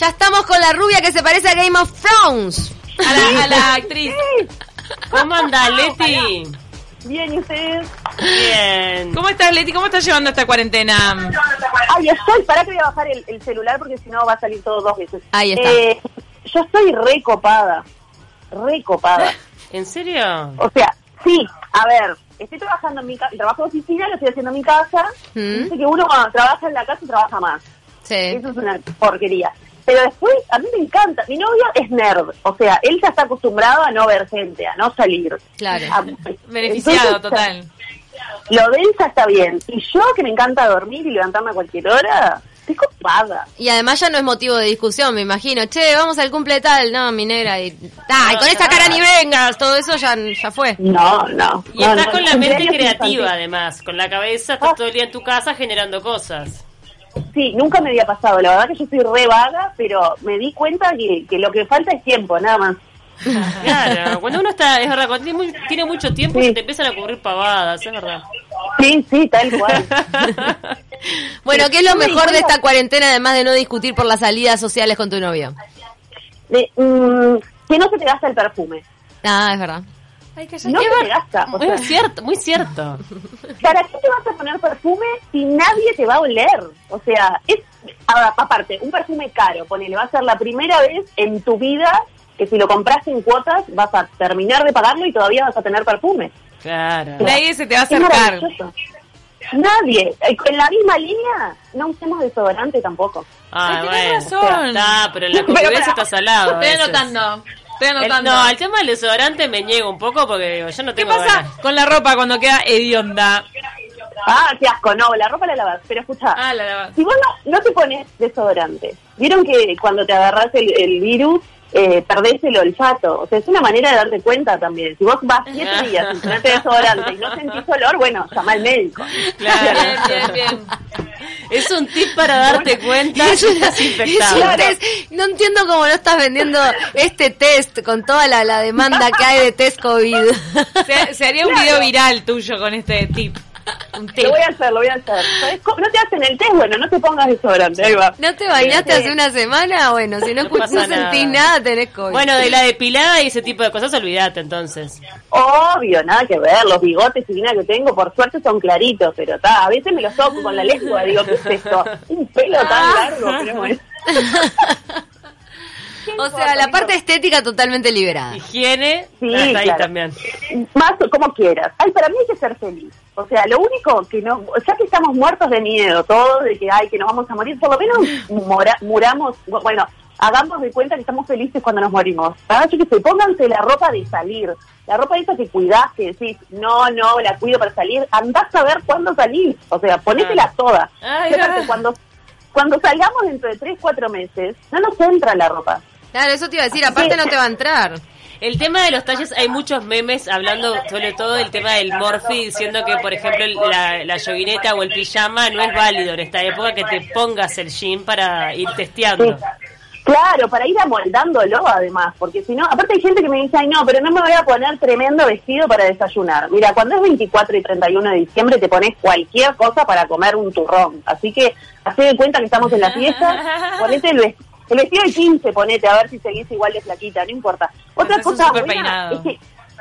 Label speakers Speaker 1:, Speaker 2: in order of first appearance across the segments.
Speaker 1: Ya estamos con la rubia que se parece a Game of Thrones.
Speaker 2: A la, a la actriz. ¿Cómo anda, Leti?
Speaker 3: Bien, ¿y ustedes?
Speaker 2: Bien. ¿Cómo estás, Leti? ¿Cómo estás llevando esta cuarentena?
Speaker 3: Ay, estoy, pará que voy a bajar el, el celular porque si no va a salir todo dos veces.
Speaker 1: Ahí está.
Speaker 3: Eh, yo estoy recopada, recopada.
Speaker 2: ¿En serio?
Speaker 3: O sea, sí, a ver, estoy trabajando en mi casa, trabajo de oficina, lo estoy haciendo en mi casa.
Speaker 1: Mm.
Speaker 3: Dice que uno cuando trabaja en la casa trabaja más.
Speaker 1: Sí.
Speaker 3: Eso es una porquería. Pero después, a mí me encanta. Mi novio es nerd. O sea, él ya está acostumbrado a no ver gente, a no salir.
Speaker 1: Claro.
Speaker 3: A-
Speaker 2: Beneficiado,
Speaker 3: Entonces,
Speaker 2: total.
Speaker 3: Lo de él ya está bien. Y yo, que me encanta dormir y levantarme a cualquier hora, estoy copada.
Speaker 1: Y además ya no es motivo de discusión, me imagino. Che, vamos al cumple tal. No, minera. Y, Ah, y con esta cara ni vengas. Todo eso ya, ya fue.
Speaker 3: No, no.
Speaker 2: Y
Speaker 3: No,
Speaker 2: estás
Speaker 3: no,
Speaker 2: con la
Speaker 3: el
Speaker 2: mente
Speaker 3: cumpleaños es
Speaker 2: creativa,
Speaker 3: infantil.
Speaker 2: además. Con la cabeza estás
Speaker 3: Ah.
Speaker 2: todo el día en tu casa generando cosas.
Speaker 3: Sí, nunca me había pasado. La verdad que yo soy re vaga, pero me di cuenta que, que lo que falta es tiempo, nada más.
Speaker 2: Claro, cuando uno está, es verdad, cuando tiene, muy- tiene mucho tiempo
Speaker 3: Sí.
Speaker 2: se te empiezan a ocurrir pavadas, es verdad.
Speaker 3: Sí, sí, tal cual.
Speaker 1: Bueno, ¿qué es lo
Speaker 3: Yo me di
Speaker 1: mejor de
Speaker 3: cuenta-
Speaker 1: esta cuarentena además de no discutir por las salidas sociales con tu novio?
Speaker 3: De, mm, que no se te gasta el perfume.
Speaker 1: Ah, es verdad.
Speaker 3: No se te gasta. O sea,
Speaker 2: Muy cierto, muy cierto.
Speaker 3: ¿Para qué te vas a poner perfume si nadie te va a oler? O sea, es ahora, aparte, un perfume caro, ponele, va a ser la primera vez en tu vida que si lo compras en cuotas vas a terminar de pagarlo y todavía vas a tener perfume.
Speaker 2: Claro.
Speaker 4: Nadie se te va a
Speaker 3: Es
Speaker 4: acercar.
Speaker 3: maravilloso. Nadie. Eh, En la misma línea no usemos desodorante tampoco.
Speaker 2: Ah,
Speaker 4: Ay,
Speaker 2: bueno.
Speaker 4: tenés razón.
Speaker 2: Está, pero en la
Speaker 3: Pero
Speaker 2: convivencia
Speaker 3: pará.
Speaker 2: está salado. a
Speaker 4: Estoy
Speaker 2: veces.
Speaker 4: anotando. Estoy
Speaker 2: El-
Speaker 4: anotando.
Speaker 2: no, el tema del desodorante me niego un poco porque digo, yo no
Speaker 4: ¿Qué
Speaker 2: tengo
Speaker 4: pasa
Speaker 2: ganas.
Speaker 4: con la ropa cuando queda hedionda?
Speaker 3: Ah, qué asco, no, la ropa la lavas. Pero escucha,
Speaker 4: Ah, la lavas.
Speaker 3: si vos no, no te pones desodorante, vieron que cuando te agarras el, el virus eh, perdés el olfato. O sea, es una manera de darte cuenta también. Si vos vas siete días sin ponerte desodorante y no sentís olor, bueno, llama al médico.
Speaker 2: Claro.
Speaker 4: Bien, bien, bien.
Speaker 2: Es un tip para darte cuenta
Speaker 1: Es
Speaker 2: que
Speaker 1: una- es
Speaker 2: estás
Speaker 1: un
Speaker 2: infectado.
Speaker 1: test. No entiendo cómo no estás vendiendo este test con toda la, la demanda que hay de test COVID.
Speaker 4: Se, se haría un video viral tuyo con este tip. Un tip.
Speaker 3: Lo voy a hacer, lo voy a hacer. ¿Sabés cómo? No te hacen el test, bueno, no te pongas desodorante. Ahí va.
Speaker 1: ¿No te bañaste hace una semana? Bueno, si no,
Speaker 2: No
Speaker 1: escu-
Speaker 2: pasa
Speaker 1: no sentís
Speaker 2: nada.
Speaker 1: nada, tenés COVID.
Speaker 2: Bueno, de la depilada y ese tipo de cosas, olvídate entonces.
Speaker 3: Obvio, nada que ver, los bigotes y nada que tengo, por suerte son claritos, pero ta, a veces me los toco con la lengua, digo, ¿qué es esto? Un pelo
Speaker 1: Ah.
Speaker 3: tan largo, pero bueno.
Speaker 1: o sea, la parte estética totalmente liberada.
Speaker 2: Higiene,
Speaker 3: Sí,
Speaker 2: hasta ahí
Speaker 3: claro.
Speaker 2: también.
Speaker 3: Más como quieras. Ay, para mí hay que ser feliz. O sea, lo único que no, ya que estamos muertos de miedo, todos, de que, ay, que nos vamos a morir, por lo menos mora- muramos, bueno, hagamos de cuenta que estamos felices cuando nos morimos. Ah, yo que sé, pónganse la ropa de salir, la ropa esa que cuidás, que decís, no, no, la cuido para salir, andás a ver cuándo salís. O sea, ponétela toda.
Speaker 2: Ah. Ay,
Speaker 3: Y aparte,
Speaker 2: ah.
Speaker 3: cuando, cuando salgamos dentro de tres, cuatro meses, no nos entra la ropa.
Speaker 1: Claro, eso te iba a decir, aparte no te va a entrar.
Speaker 2: El tema de los talles, hay muchos memes hablando sobre todo del tema del morfi, diciendo que, por ejemplo, el- la, la yoguineta o el pijama no es válido en esta época que te pongas el jean para ir testeando.
Speaker 3: Claro, para ir amoldándolo además, porque si no, aparte hay gente que me dice, ay no, pero no me voy a poner tremendo vestido para desayunar. Mira, cuando es 24 y 31 de diciembre te pones cualquier cosa para comer un turrón. Así que, hacé de cuenta que estamos en la fiesta, ponete el vestido. El vestido de 15, ponete, a ver si seguís igual de flaquita, no importa. Otra
Speaker 4: Haces un
Speaker 3: cosa
Speaker 4: super
Speaker 3: buena
Speaker 4: peinado.
Speaker 3: es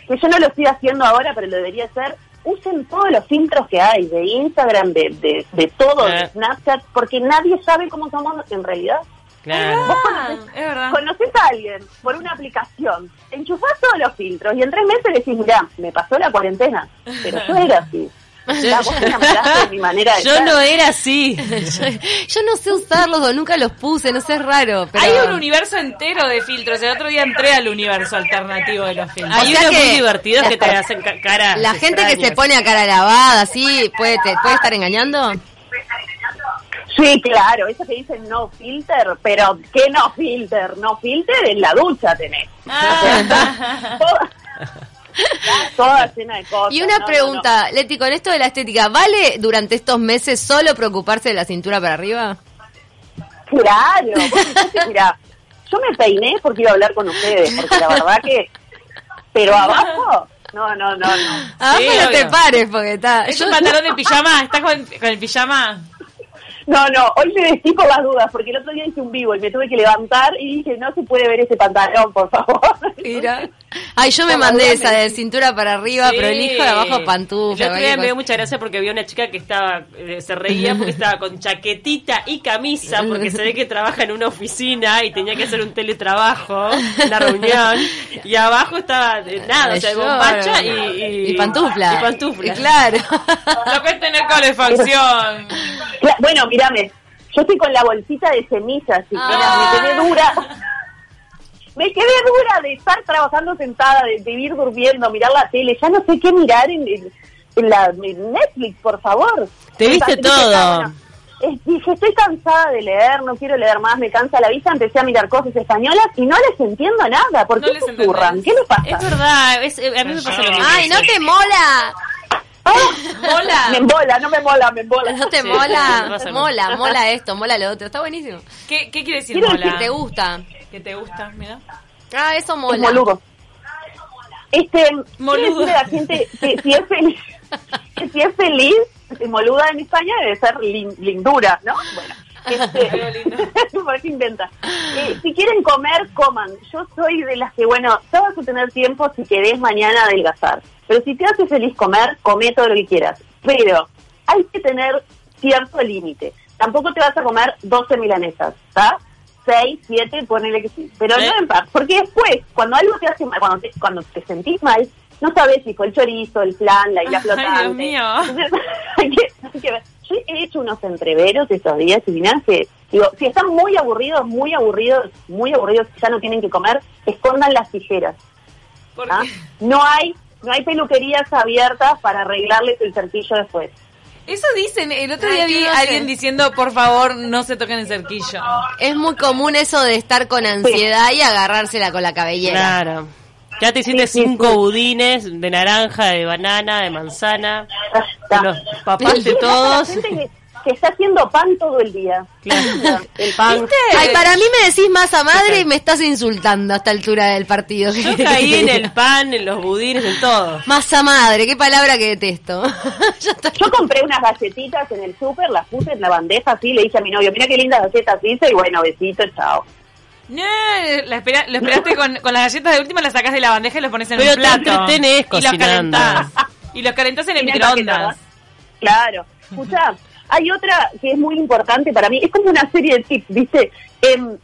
Speaker 3: que, que yo no lo estoy haciendo ahora, pero lo debería hacer. Usen todos los filtros que hay, de Instagram, de, de, de todo, de
Speaker 2: Eh.
Speaker 3: Snapchat, porque nadie sabe cómo somos en realidad.
Speaker 2: Claro.
Speaker 4: Ah, es verdad.
Speaker 3: Conoces a alguien por una aplicación, enchufás todos los filtros y en tres meses decís, mirá, me pasó la cuarentena, pero yo era así. Ya, vos te enamoraste de mi manera de
Speaker 2: Yo
Speaker 3: ser.
Speaker 2: no era así.
Speaker 1: Yo, yo no sé usarlos, o nunca los puse, no sé, es raro. Pero...
Speaker 4: Hay un universo entero de filtros. El otro día entré al universo alternativo de los filtros.
Speaker 1: Ay,
Speaker 2: Hay
Speaker 1: sea
Speaker 2: unos muy
Speaker 1: que-
Speaker 2: divertidos que te hacen ca- caras.
Speaker 1: La gente que se
Speaker 2: extrañas.
Speaker 1: pone a cara lavada, así, puede, te, puede estar engañando.
Speaker 3: Sí, claro, eso que dicen no filter, pero ¿qué no filter? No filter en la ducha tenés. Toda, toda llena de cosas.
Speaker 1: Y una
Speaker 3: no, no,
Speaker 1: pregunta, Leti, con esto de la estética, ¿vale durante estos meses solo preocuparse de la cintura para arriba?
Speaker 3: no. Claro, vos fijate, mirá, yo me peiné porque iba a hablar con ustedes, porque la verdad que... Pero abajo, no, no, no, no.
Speaker 1: Abajo no
Speaker 2: obvio.
Speaker 1: te pares, porque está.
Speaker 4: Es
Speaker 1: yo-
Speaker 4: un pantalón de pijama. ¿Estás con, con el pijama?
Speaker 3: No, no, hoy me vestí por las dudas, porque el otro día hice un vivo y me tuve que levantar y dije, no se puede ver ese pantalón, por favor.
Speaker 4: Mira.
Speaker 1: Ay, yo me
Speaker 3: No,
Speaker 1: mandé
Speaker 3: no,
Speaker 1: esa
Speaker 3: no.
Speaker 1: de cintura para arriba, pero el hijo de abajo pantufla.
Speaker 2: Yo
Speaker 1: cualquier
Speaker 2: me dio
Speaker 1: cosa.
Speaker 2: mucha gracia porque vi una chica que estaba, eh, se reía porque estaba con chaquetita y camisa, porque se ve que trabaja en una oficina y tenía que hacer un teletrabajo, la reunión, y abajo estaba eh, nada, o sea,
Speaker 1: Yo- eh,
Speaker 2: bombacha y,
Speaker 1: y pantufla.
Speaker 2: Y pantufla.
Speaker 1: Y claro.
Speaker 4: Lo que es tener calefacción.
Speaker 3: Cla- Bueno, mírame, yo estoy con la bolsita de semillas y
Speaker 1: Ah.
Speaker 3: mira, me quedé dura. Me quedé dura de estar trabajando sentada, de vivir durmiendo, mirar la tele, ya no sé qué mirar en, en- en la en Netflix, por favor.
Speaker 2: Te viste
Speaker 3: Entonces,
Speaker 2: todo.
Speaker 3: dije, "Ah, bueno". Es- dije, estoy cansada de leer, no quiero leer más, me cansa la vista, empecé a mirar cosas españolas y no les entiendo nada. ¿Por
Speaker 4: No
Speaker 3: qué
Speaker 4: les
Speaker 3: se zurran?
Speaker 4: entendés.
Speaker 3: ¿Qué les
Speaker 2: Es
Speaker 3: pasa?
Speaker 2: verdad, es- eh, a mí me pasa lo mismo.
Speaker 1: Ay, ¿no te mola?
Speaker 3: Ah,
Speaker 4: Mola.
Speaker 3: Me embola, no me mola, me embola.
Speaker 1: ¿No te
Speaker 2: Sí, sí,
Speaker 1: mola?
Speaker 2: pasa algo.
Speaker 1: Mola, mola esto, mola lo otro. Está buenísimo.
Speaker 4: ¿Qué, qué quiere decir
Speaker 3: Quiero
Speaker 4: mola?
Speaker 1: ¿Te gusta?
Speaker 4: Que te gusta, mira.
Speaker 1: Ah, eso
Speaker 3: Es
Speaker 1: mola.
Speaker 3: molugo. Este,
Speaker 4: Moludo.
Speaker 3: moludo. la gente que si es feliz, que si es feliz, eh, moluda en España debe ser lin- lindura, ¿no? Bueno.
Speaker 4: Algo lindo.
Speaker 3: Este, ¿Por qué inventa? Eh, si quieren comer, coman. Yo soy de las que, bueno, ya vas a tener tiempo si querés mañana adelgazar. Pero si te hace feliz comer, come todo lo que quieras. Pero hay que tener cierto límite. Tampoco te vas a comer 12 milanesas, ¿está? 6, 7, ponele que sí. Pero
Speaker 2: ¿Eh?
Speaker 3: no en paz. Porque después, cuando algo te hace mal, cuando te, cuando te sentís mal, no sabes si fue el chorizo, el flan, la isla
Speaker 4: Ay,
Speaker 3: flotante.
Speaker 4: Dios mío.
Speaker 3: Entonces, hay que- hay que ver. Yo he hecho unos entreveros estos días y mirá que, digo, si están muy aburridos, muy aburridos, muy aburridos, ya no tienen que comer, escondan las tijeras.
Speaker 4: ¿Por
Speaker 3: ¿ah?
Speaker 4: qué?
Speaker 3: No hay no hay peluquerías abiertas para arreglarles el cerquillo después.
Speaker 4: Eso dicen, el otro
Speaker 1: Ay,
Speaker 4: día
Speaker 1: ¿qué
Speaker 4: vi
Speaker 1: no
Speaker 4: a
Speaker 1: sé?
Speaker 4: alguien diciendo, por favor, no se toquen el cerquillo.
Speaker 1: Es muy común eso de estar con ansiedad y agarrársela con la cabellera.
Speaker 2: Claro. Ya te hiciste
Speaker 3: Sí, sí,
Speaker 2: cinco
Speaker 3: sí.
Speaker 2: budines de naranja, de banana, de manzana,
Speaker 3: Ya
Speaker 2: de
Speaker 3: está.
Speaker 2: los papás de
Speaker 3: Imagínate a la
Speaker 2: todos.
Speaker 3: gente que, que está haciendo pan todo el día.
Speaker 2: Claro.
Speaker 3: El pan.
Speaker 2: Pan.
Speaker 1: Ay, para mí me decís masa madre y me estás insultando a esta altura del partido.
Speaker 2: Yo caí en el pan, en los budines, en todo.
Speaker 1: Masa madre, qué palabra que detesto. Ya está.
Speaker 3: Yo compré unas galletitas en el súper, las puse en la bandeja así, le dije a mi novio, mira qué lindas galletas hice, y bueno, besito, chao.
Speaker 4: No, la espera- lo esperaste con, con las galletas de última, las sacas de la bandeja y las pones en
Speaker 2: Pero
Speaker 4: un
Speaker 2: te
Speaker 4: plato.
Speaker 2: entretenés
Speaker 4: y los
Speaker 2: cocinando.
Speaker 4: calentás. Y los calentás en el
Speaker 3: Tenía empaquetada.
Speaker 4: microondas.
Speaker 3: Claro. Escuchá, hay otra que es muy importante para mí. Es como una serie de tips, ¿viste? Em,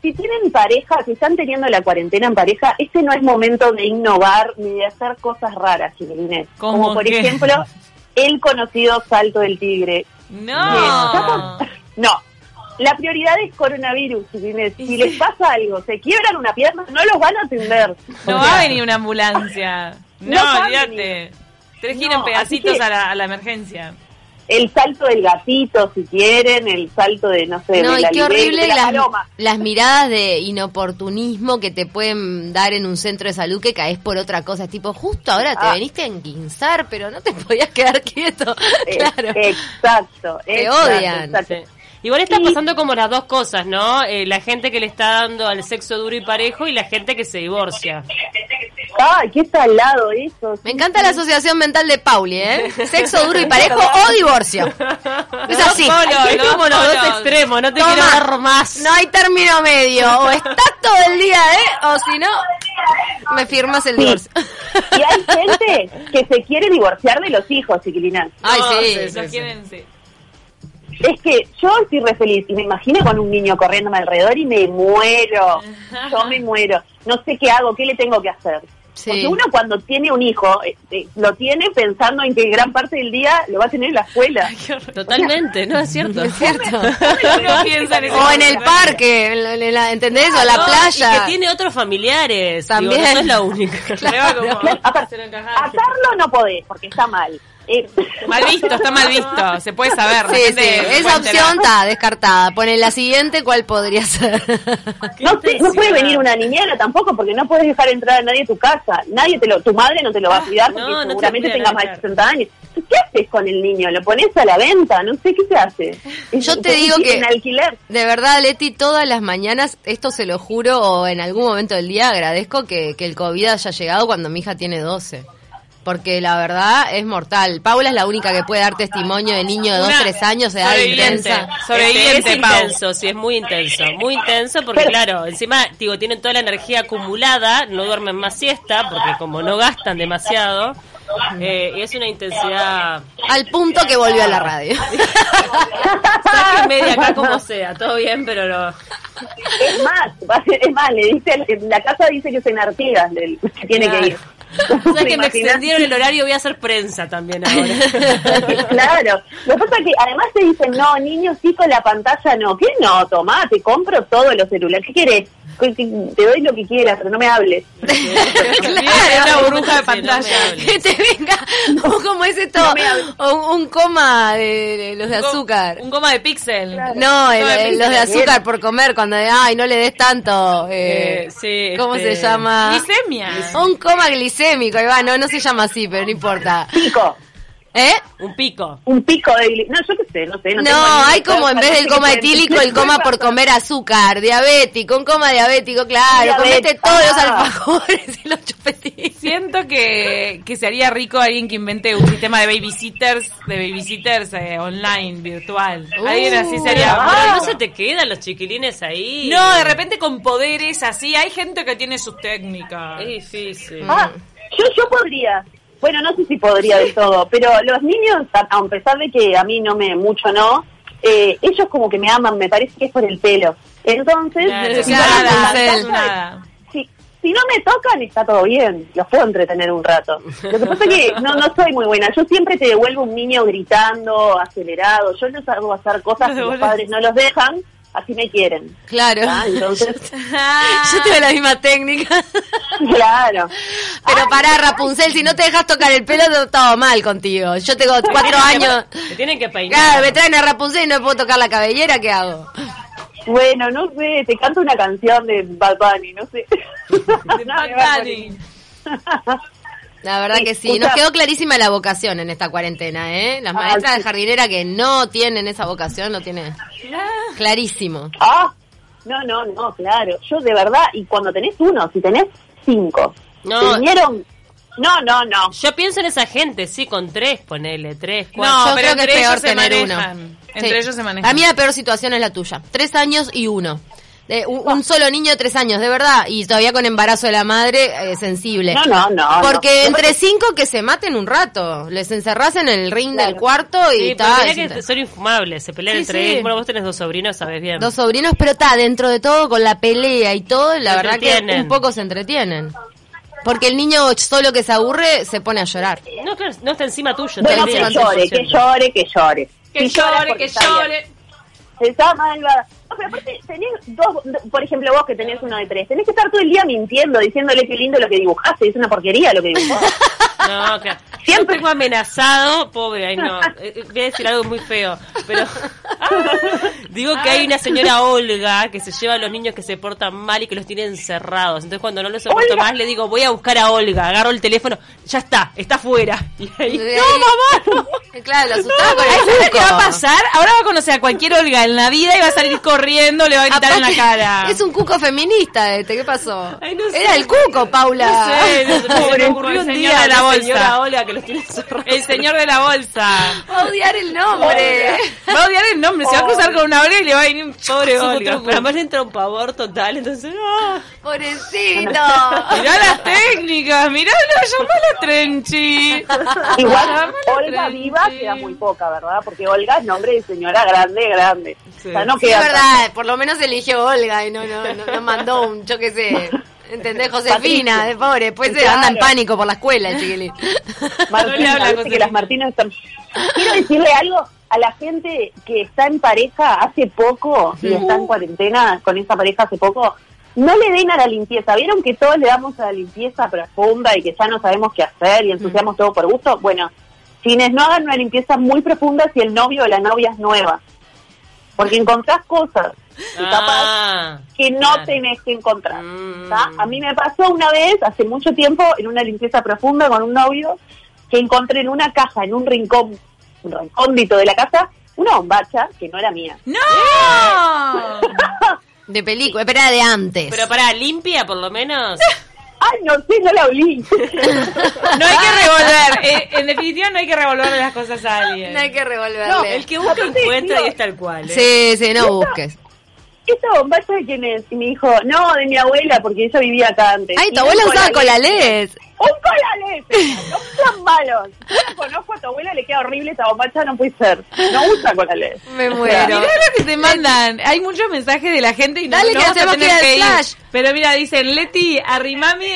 Speaker 3: si tienen pareja, si están teniendo la cuarentena en pareja, este no es momento de innovar ni de hacer cosas raras, chiquilines.
Speaker 4: ¿Cómo
Speaker 3: Como por
Speaker 4: qué?
Speaker 3: ejemplo, el conocido salto del tigre.
Speaker 4: No.
Speaker 3: No. La prioridad es coronavirus, chiquilines.
Speaker 4: Y sí.
Speaker 3: Si les pasa algo, se quiebran una pierna, no los van a atender.
Speaker 4: No va a venir una ambulancia.
Speaker 3: No va
Speaker 4: No,
Speaker 3: a
Speaker 4: olvídate.
Speaker 3: venir.
Speaker 4: Tres
Speaker 3: No,
Speaker 4: giran
Speaker 3: así
Speaker 4: pedacitos
Speaker 3: que-
Speaker 4: a, la, a la emergencia.
Speaker 3: El salto del gatito, si quieren, el salto de, no sé,
Speaker 1: No,
Speaker 3: de
Speaker 1: y
Speaker 3: la
Speaker 1: qué
Speaker 3: libélula,
Speaker 1: horrible
Speaker 3: de la
Speaker 1: las,
Speaker 3: paloma.
Speaker 1: las miradas de inoportunismo que te pueden dar en un centro de salud que caes por otra cosa. Es Tipo, justo ahora te
Speaker 3: Ah.
Speaker 1: veniste a enguinzar, pero no te podías quedar quieto.
Speaker 3: Eh,
Speaker 1: claro.
Speaker 3: Exacto.
Speaker 1: Te
Speaker 3: exacto,
Speaker 1: odian.
Speaker 3: exacto.
Speaker 2: Sí. Igual está
Speaker 3: Y-
Speaker 2: pasando como las dos cosas, ¿no? Eh, la gente que le está dando al sexo duro y parejo y la gente que se divorcia.
Speaker 3: Ay, qué salado eso.
Speaker 1: Me encanta la asociación mental de Pauli, ¿eh? Sexo duro y parejo o divorcio. Es así.
Speaker 4: polos,
Speaker 2: es
Speaker 4: los
Speaker 2: como los
Speaker 4: polos.
Speaker 2: dos extremos, no te
Speaker 1: Toma.
Speaker 2: quiero dar más.
Speaker 1: No hay término medio. O estás todo el día, ¿eh? O si no, me firmas el
Speaker 3: Sí.
Speaker 1: divorcio.
Speaker 3: Y hay gente que se quiere divorciar de los hijos, chiquilinas.
Speaker 1: Ay,
Speaker 4: No,
Speaker 1: sí.
Speaker 4: se- Los quieren, sí.
Speaker 3: Es que yo estoy re feliz y me imagino con un niño corriéndome alrededor y me muero. Yo me muero. No sé qué hago, qué le tengo que hacer.
Speaker 1: Sí.
Speaker 3: Porque uno cuando tiene un hijo, eh, eh, lo tiene pensando en que gran parte del día lo va a tener en la escuela.
Speaker 2: Totalmente, ¿no? Es cierto.
Speaker 1: Es cierto.
Speaker 4: Uno piensa en ese
Speaker 1: O en el parque, en la- en la- ¿entendés? O la
Speaker 2: No,
Speaker 1: playa.
Speaker 2: Y que tiene otros familiares.
Speaker 1: También.
Speaker 2: Digo, no es la única.
Speaker 4: Le va como-
Speaker 3: Claro, aparte,
Speaker 4: se lo encajaron.
Speaker 3: atarlo no podés porque está mal. Eh,
Speaker 4: Mal visto, está mal visto. Se puede saber.
Speaker 1: Sí,
Speaker 4: la
Speaker 1: sí,
Speaker 4: gente se
Speaker 1: esa
Speaker 4: puede enterar.
Speaker 1: opción está descartada. Ponen la siguiente, ¿cuál podría ser?
Speaker 3: No, sé, no puede venir una niñera tampoco porque no puedes dejar entrar a nadie a tu casa. Nadie te lo, tu madre no te lo va a cuidar porque
Speaker 2: Ah, no, no te lo
Speaker 3: seguramente
Speaker 2: cuidan,
Speaker 3: tengas más de
Speaker 2: claro.
Speaker 3: 60 años. Entonces, ¿Qué haces con el niño? ¿Lo pones a la venta? No sé qué se hace.
Speaker 1: Yo te
Speaker 3: Es-
Speaker 1: digo
Speaker 3: es
Speaker 1: que-
Speaker 3: En alquiler.
Speaker 1: De verdad, Leti, todas las mañanas, esto se lo juro, o en algún momento del día agradezco que, que el COVID haya llegado cuando mi hija tiene 12. Porque la verdad es mortal. Paula es la única que puede dar testimonio de niño de 2,
Speaker 4: Una
Speaker 1: 3 años, de edad
Speaker 4: sobreviviente.
Speaker 1: intensa.
Speaker 4: Sobreviviente,
Speaker 2: Este, es
Speaker 4: Pau.
Speaker 2: intenso, sí, es muy intenso. Muy intenso porque, claro, encima, digo, tienen toda la energía acumulada, no duermen más siesta porque como no gastan demasiado, eh, y es una intensidad
Speaker 1: Al punto que volvió a la radio.
Speaker 2: saque media acá como sea, todo bien, pero no.
Speaker 3: Es más, va a ser- es más, le dice, la casa dice que es en Artigas, le- que tiene
Speaker 2: Claro.
Speaker 3: que ir. ¿Te
Speaker 2: ¿Sabes que me
Speaker 3: imaginas?
Speaker 2: extendieron el horario? Voy a hacer prensa también ahora.
Speaker 3: Claro, lo que pasa es que además te dicen, no, niños, chicos, la pantalla no. ¿Qué no? Tomá, te compro todos los celulares. ¿Qué quieres? Que- que- Te doy lo que quieras, pero no me hables.
Speaker 4: Claro, una burbuja de
Speaker 2: Sí, no me
Speaker 4: pantalla.
Speaker 2: hables.
Speaker 1: que te Este, venga, o como es esto,
Speaker 3: No me hables.
Speaker 1: o un, un coma de, de los de
Speaker 4: Un go-
Speaker 1: azúcar.
Speaker 4: Un goma de píxel.
Speaker 1: No, el-
Speaker 4: No,
Speaker 1: el-
Speaker 4: el-
Speaker 1: los de azúcar por comer, cuando, ay, no le des tanto. eh,
Speaker 2: Eh, sí,
Speaker 1: ¿Cómo
Speaker 2: este,
Speaker 1: se llama?
Speaker 4: Glicemia.
Speaker 1: Un coma glicémico, ahí va, no, no se llama así, pero no importa.
Speaker 3: Pico,
Speaker 1: ¿Eh?
Speaker 2: Un pico.
Speaker 3: un pico de... gli- No, yo qué sé, no sé.
Speaker 1: No,
Speaker 3: tengo ni-
Speaker 1: hay como en vez del coma etílico el coma por comer azúcar, diabético, un coma diabético, claro, comete
Speaker 3: Diabético,
Speaker 1: todos los
Speaker 3: ah.
Speaker 1: alfajores y los chupetín.
Speaker 4: Siento que, que sería rico alguien que invente un sistema de babysitters, de babysitters eh, online, virtual.
Speaker 1: Uh.
Speaker 4: alguien así
Speaker 2: Pero
Speaker 4: sería.
Speaker 2: Ah,
Speaker 1: Ah.
Speaker 2: no se te quedan los chiquilines ahí.
Speaker 4: No, de repente con poderes así, hay gente que tiene sus técnicas.
Speaker 2: Es difícil.
Speaker 3: Ah, yo, yo podría. Bueno, no sé si podría del todo, pero los niños, a, a pesar de que a mí no me, mucho no, eh, ellos como que me aman, me parece que es por el pelo. Entonces,
Speaker 4: Claro,
Speaker 3: si no me
Speaker 1: claro,
Speaker 3: tocan,
Speaker 1: Marcel.
Speaker 4: nada.
Speaker 3: si, si no me tocan está todo bien, los puedo entretener un rato. Lo que pasa es que no, no soy muy buena, yo siempre te devuelvo un niño gritando, acelerado, yo les hago hacer
Speaker 4: Los
Speaker 3: cosas que los
Speaker 4: devuelves.
Speaker 3: padres no los dejan, así me quieren.
Speaker 1: Claro.
Speaker 3: Ah, entonces,
Speaker 1: Yo tuve la misma técnica.
Speaker 3: claro.
Speaker 1: Pero pará, Rapunzel, si no te dejas tocar el pelo, no- todo mal contigo. Yo tengo cuatro años.
Speaker 2: Te tienen que peinar.
Speaker 1: Claro, me traen a Rapunzel y no puedo tocar la cabellera, ¿qué hago?
Speaker 3: Bueno, no sé, te canto una canción de Bad Bunny, no sé.
Speaker 4: De
Speaker 3: No, me va a
Speaker 4: Bad
Speaker 3: morir.
Speaker 4: Bunny.
Speaker 1: La verdad
Speaker 3: Sí,
Speaker 1: que sí. Nos
Speaker 3: escucha.
Speaker 1: quedó clarísima la vocación en esta cuarentena, ¿eh? Las
Speaker 3: Ah,
Speaker 1: maestras
Speaker 3: sí.
Speaker 1: de jardinera que no tienen esa vocación, no tienen. Clarísimo.
Speaker 3: Ah, no, no, no, claro. Yo de verdad, y cuando tenés uno, si tenés cinco,
Speaker 2: No.
Speaker 3: no. vinieron... No, no, no.
Speaker 2: Yo pienso en esa gente, sí, con tres, ponele, tres, cuatro.
Speaker 4: No,
Speaker 1: Yo
Speaker 4: pero
Speaker 1: creo que
Speaker 4: entre
Speaker 1: es peor
Speaker 4: ellos se
Speaker 1: tener uno.
Speaker 4: manejan. Entre ellos se manejan.
Speaker 1: A mí la peor situación es la tuya. Tres años y uno. De un, un solo niño de tres años, de verdad. Y todavía con embarazo de la madre, eh, sensible.
Speaker 3: No, no, no, no.
Speaker 1: Porque
Speaker 3: No,
Speaker 1: entre
Speaker 3: porque-
Speaker 1: cinco que se maten un rato. Les encerrás en el ring del
Speaker 3: Claro.
Speaker 1: cuarto y
Speaker 2: Sí, pero
Speaker 1: está.
Speaker 2: mirá que son infumables, se pelean
Speaker 1: Sí,
Speaker 2: entre
Speaker 1: sí.
Speaker 2: ellos. Bueno, vos tenés dos sobrinos, sabés bien.
Speaker 1: Dos sobrinos, pero está dentro de todo con la pelea y todo, la
Speaker 2: Se
Speaker 1: verdad que
Speaker 2: entretienen.
Speaker 1: un poco se entretienen. Porque el niño solo que se aburre se pone a llorar.
Speaker 2: No, claro, no está encima tuyo.
Speaker 3: Bueno,
Speaker 2: está
Speaker 3: que
Speaker 1: También,
Speaker 2: encima
Speaker 3: llore,
Speaker 2: tuyo.
Speaker 3: que llore, que llore.
Speaker 4: Que
Speaker 3: Si llora es
Speaker 4: llore,
Speaker 3: porque
Speaker 4: que
Speaker 3: está bien.
Speaker 4: llore.
Speaker 3: Está malvada. No, pero aparte, tenés dos, por ejemplo, vos que tenés uno de tres, tenés que estar todo el día mintiendo, diciéndole qué lindo lo que dibujaste, es una porquería lo que dibujaste.
Speaker 2: No, claro. Siempre tengo amenazado, pobre, ay no. Eh, eh, Voy a decir algo muy feo, pero digo que hay una señora Olga que se lleva a los niños que se portan mal y que los tiene encerrados. Entonces cuando no los soporto
Speaker 3: Olga.
Speaker 2: más le digo, voy a buscar a Olga, agarro el teléfono, ya está, está fuera. Y ahí,
Speaker 1: De ahí-
Speaker 2: no, mamá, no.
Speaker 1: Claro, lo asustaba con el
Speaker 4: ¿Sabes qué va a
Speaker 1: cuco.
Speaker 4: pasar? Ahora va a conocer a cualquier Olga en la vida y va a salir corriendo, le va a gritar en
Speaker 1: Aparte,
Speaker 4: la cara.
Speaker 1: Es un cuco feminista este, ¿qué pasó?
Speaker 2: Ay, no sé.
Speaker 1: Era el cuco, Paula.
Speaker 2: No sé, no, se me
Speaker 4: Pobre,
Speaker 2: ocurrió
Speaker 4: el
Speaker 2: un
Speaker 4: señor
Speaker 2: día
Speaker 4: de la bolsa.
Speaker 2: señora Olga que los tiene encerrados.
Speaker 4: El señor de la bolsa.
Speaker 1: Va a odiar el nombre.
Speaker 4: Va a odiar el nombre, se va a cruzar con una Olga y le va a venir un pobre
Speaker 2: Es un
Speaker 4: Olga.
Speaker 2: truco, además le entra un pavor total, entonces ah, no.
Speaker 1: Pobrecito.
Speaker 4: Mirá las técnicas, mirá, no, llamala Trenchi.
Speaker 3: Igual,
Speaker 4: Llamala
Speaker 3: Olga
Speaker 4: Trenchi.
Speaker 3: viva queda muy poca, ¿verdad? Porque Olga es nombre de señora grande, grande. O sea, no
Speaker 1: Sí, es
Speaker 3: queda tan-
Speaker 1: verdad, por lo menos eligió Olga y no, no, no, no mandó un, yo qué sé. ¿Entendés? Josefina,
Speaker 3: Patricia.
Speaker 1: de pobre, después se
Speaker 3: Claro.
Speaker 1: anda en pánico por la escuela, el chiquilín.
Speaker 4: No le
Speaker 3: Martina,
Speaker 4: habla,
Speaker 3: viste
Speaker 4: José
Speaker 3: que las
Speaker 4: Luis.
Speaker 3: Martinas están... Quiero decirle algo a la gente que está en pareja hace poco y está en cuarentena con esa pareja hace poco. No le den a la limpieza. ¿Vieron que todos le damos a la limpieza profunda y que ya no sabemos qué hacer y ensuciamos todo por gusto? Bueno, quienes no hagan una limpieza muy profunda si el novio o la novia es nueva. Porque encontrás cosas que capaz
Speaker 2: Ah,
Speaker 3: que no
Speaker 2: claro.
Speaker 3: tenés que encontrar.
Speaker 2: Mm.
Speaker 3: ¿tá? A mí me pasó una vez, hace mucho tiempo, en una limpieza profunda con un novio, que encontré en una caja, en un rincón, un recóndito de la casa, una bombacha que no era mía.
Speaker 4: ¡No!
Speaker 1: De película, pero era de antes.
Speaker 2: Pero pará, limpia por lo menos.
Speaker 3: ay, no sé, no la olí.
Speaker 4: No hay que revolver. Eh, en definitiva, no hay que revolverle las cosas a alguien.
Speaker 1: No hay que revolverle.
Speaker 3: No,
Speaker 2: El que busca
Speaker 3: Aparte,
Speaker 2: encuentra
Speaker 3: digo-
Speaker 2: y es tal cual. ¿eh?
Speaker 1: Sí, sí, no busques.
Speaker 3: ¿Esta bombacha de quién es? Y me dijo, no, de mi abuela, porque ella vivía acá antes.
Speaker 1: Ay, tu
Speaker 3: Y un
Speaker 1: abuela usaba
Speaker 3: colalés.
Speaker 1: colales.
Speaker 3: ¡Un colalés! ¡No sean malos! Yo la conozco a tu abuela, le queda horrible esa bombacha, no puede ser. No usa colalés.
Speaker 1: Me
Speaker 3: O sea,
Speaker 1: muero.
Speaker 4: Mirá lo que te mandan. Hay muchos mensajes de la gente y no-
Speaker 1: Dale,
Speaker 4: no
Speaker 1: que
Speaker 4: vamos a
Speaker 1: hacemos
Speaker 4: tener
Speaker 1: que ir al
Speaker 4: ir.
Speaker 1: flash.
Speaker 4: Pero mira, dicen, Leti, arrimame